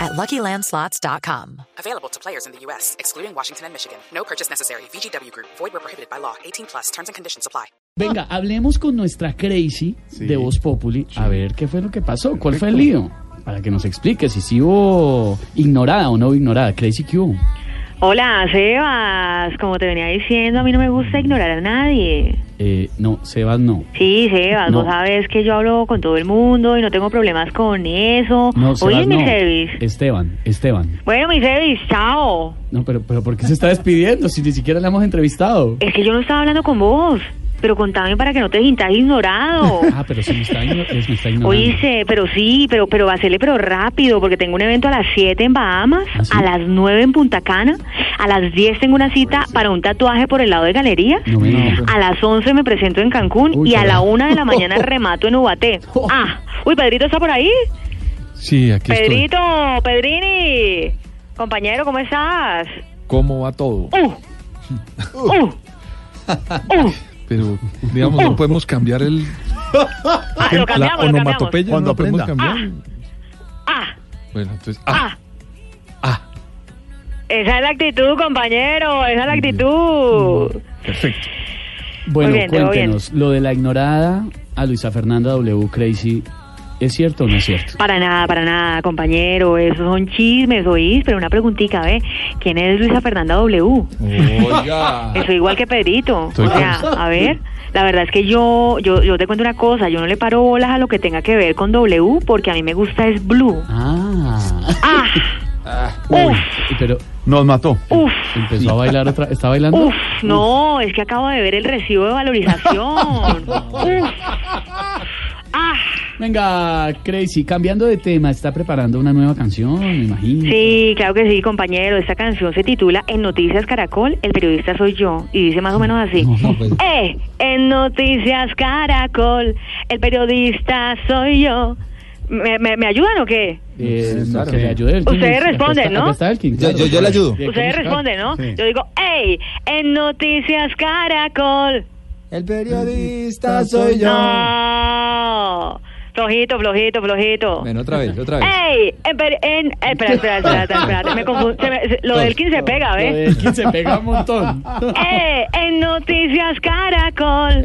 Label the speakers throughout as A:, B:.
A: at luckylandslots.com.
B: Available to players in the U.S., excluding Washington and Michigan. No purchase necessary. VGW Group, void were prohibited by law. 18 plus terms and conditions apply.
C: Venga, hablemos con nuestra Crazy
D: Sí.
C: de Voz Populi a ver qué fue lo que pasó, cuál fue el lío. Para que nos explique si sí hubo ignorada o no ignorada. Crazy Q.
E: Hola, Sebas. Como te venía diciendo, a mí no me gusta ignorar a nadie.
C: Eh, no, Sebas no.
E: Sí, Sebas,
C: No.
E: vos sabes que yo hablo con todo el mundo y no tengo problemas con eso.
C: No,
E: Oye,
C: Sebas
E: mi
C: no. Eh.
E: Sebis.
C: Esteban, Esteban.
E: Bueno, mi Sebis, chao.
C: No, pero, pero ¿por qué se está despidiendo si ni siquiera la hemos entrevistado?
E: Es que yo no estaba hablando con vos, pero contame para que no te sientas ignorado.
C: Ah, pero sí me está, igno- es- me está ignorando.
E: Eh, Oye, se- pero sí, pero pero hacerle pero rápido, porque tengo un evento a las 7 en Bahamas,
C: ¿Ah, sí?
E: a las 9 en Punta Cana, a las 10 tengo una cita para un tatuaje por el lado de galería,
C: No, no, no.
E: a las 11 me presento en Cancún
C: Uy,
E: y a la
C: carajo.
E: 1 de la mañana remato en Ubaté. Ah, uy, Pedrito está por ahí.
D: Sí, aquí
E: Pedrito, Pedrini. Compañero, ¿cómo estás?
D: estoy. ¿Cómo va todo?
E: Uh. Uh. Uh.
D: Pero, digamos, no podemos cambiar el...
E: Ah, lo
D: la
E: cambiamos, lo cambiamos.
D: onomatopeya no la podemos cambiar.
E: Ah,
D: Bueno, entonces...
E: ah.
D: Ah, ah.
E: Esa es la actitud, compañero, esa es la actitud.
D: Perfecto.
C: Bueno,
E: Muy bien, todo bien.
C: cuéntenos, lo de la ignorada a Luisa Fernanda W. Crazy, ¿es cierto o no es cierto?
E: Para nada, para nada, compañero, esos son chismes, oís, pero una preguntica, ve, ¿quién es Luisa Fernanda W?
D: Oiga.
E: Eso igual que Pedrito.
D: Estoy
E: o sea,
D: con-
E: a ver, la verdad es que yo, yo, yo te cuento una cosa, yo no le paro bolas a lo que tenga que ver con W porque a mí me gusta es Blue.
C: Ah.
E: Ah,
C: Uy, pero
D: Nos mató.
E: uf,
C: empezó a bailar otra... ¿Está bailando?
E: uf, no, es que acabo de ver el recibo de valorización. Uf. Ah,
C: Venga, Crazy, cambiando de tema, está preparando una nueva canción, me imagino.
E: sí, claro que sí, compañero, esta canción se titula En Noticias Caracol, el periodista soy yo, y dice más o menos así.
C: No, no, pues,
E: Eh, en Noticias Caracol, el periodista soy yo. ¿Me, me, me ayudan o qué?
C: eh,
D: Sí, claro.
C: que le ayude el
E: Ustedes
C: Acá
E: responden,
C: está-
E: ¿no?
C: acá está Elkin,
F: Yo-
C: claro.
F: yo- yo le ayudo.
C: Sí,
E: Ustedes
C: ¿cómo está?
E: responden, ¿no?
C: Sí.
E: Yo digo, hey, en Noticias Caracol.
F: El periodista soy yo.
E: No. Flojito, flojito, flojito.
F: Bueno, otra vez, otra vez.
E: Hey, en, peri- en- eh, espera, espera, espera, espera, espera, me confu- se me- se- lo del 15 se pega,
C: Lo de
E: ¿ves?
C: Elkin Eh, se pega un montón.
E: Eh, en Noticias Caracol.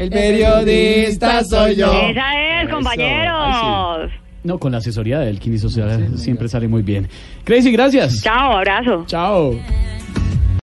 F: El periodista soy yo.
E: Esa es, compañeros.
C: No, con la asesoría de Elkin, eso se- siempre sale muy bien. Crazy, gracias.
E: Chao, abrazo.
C: Chao.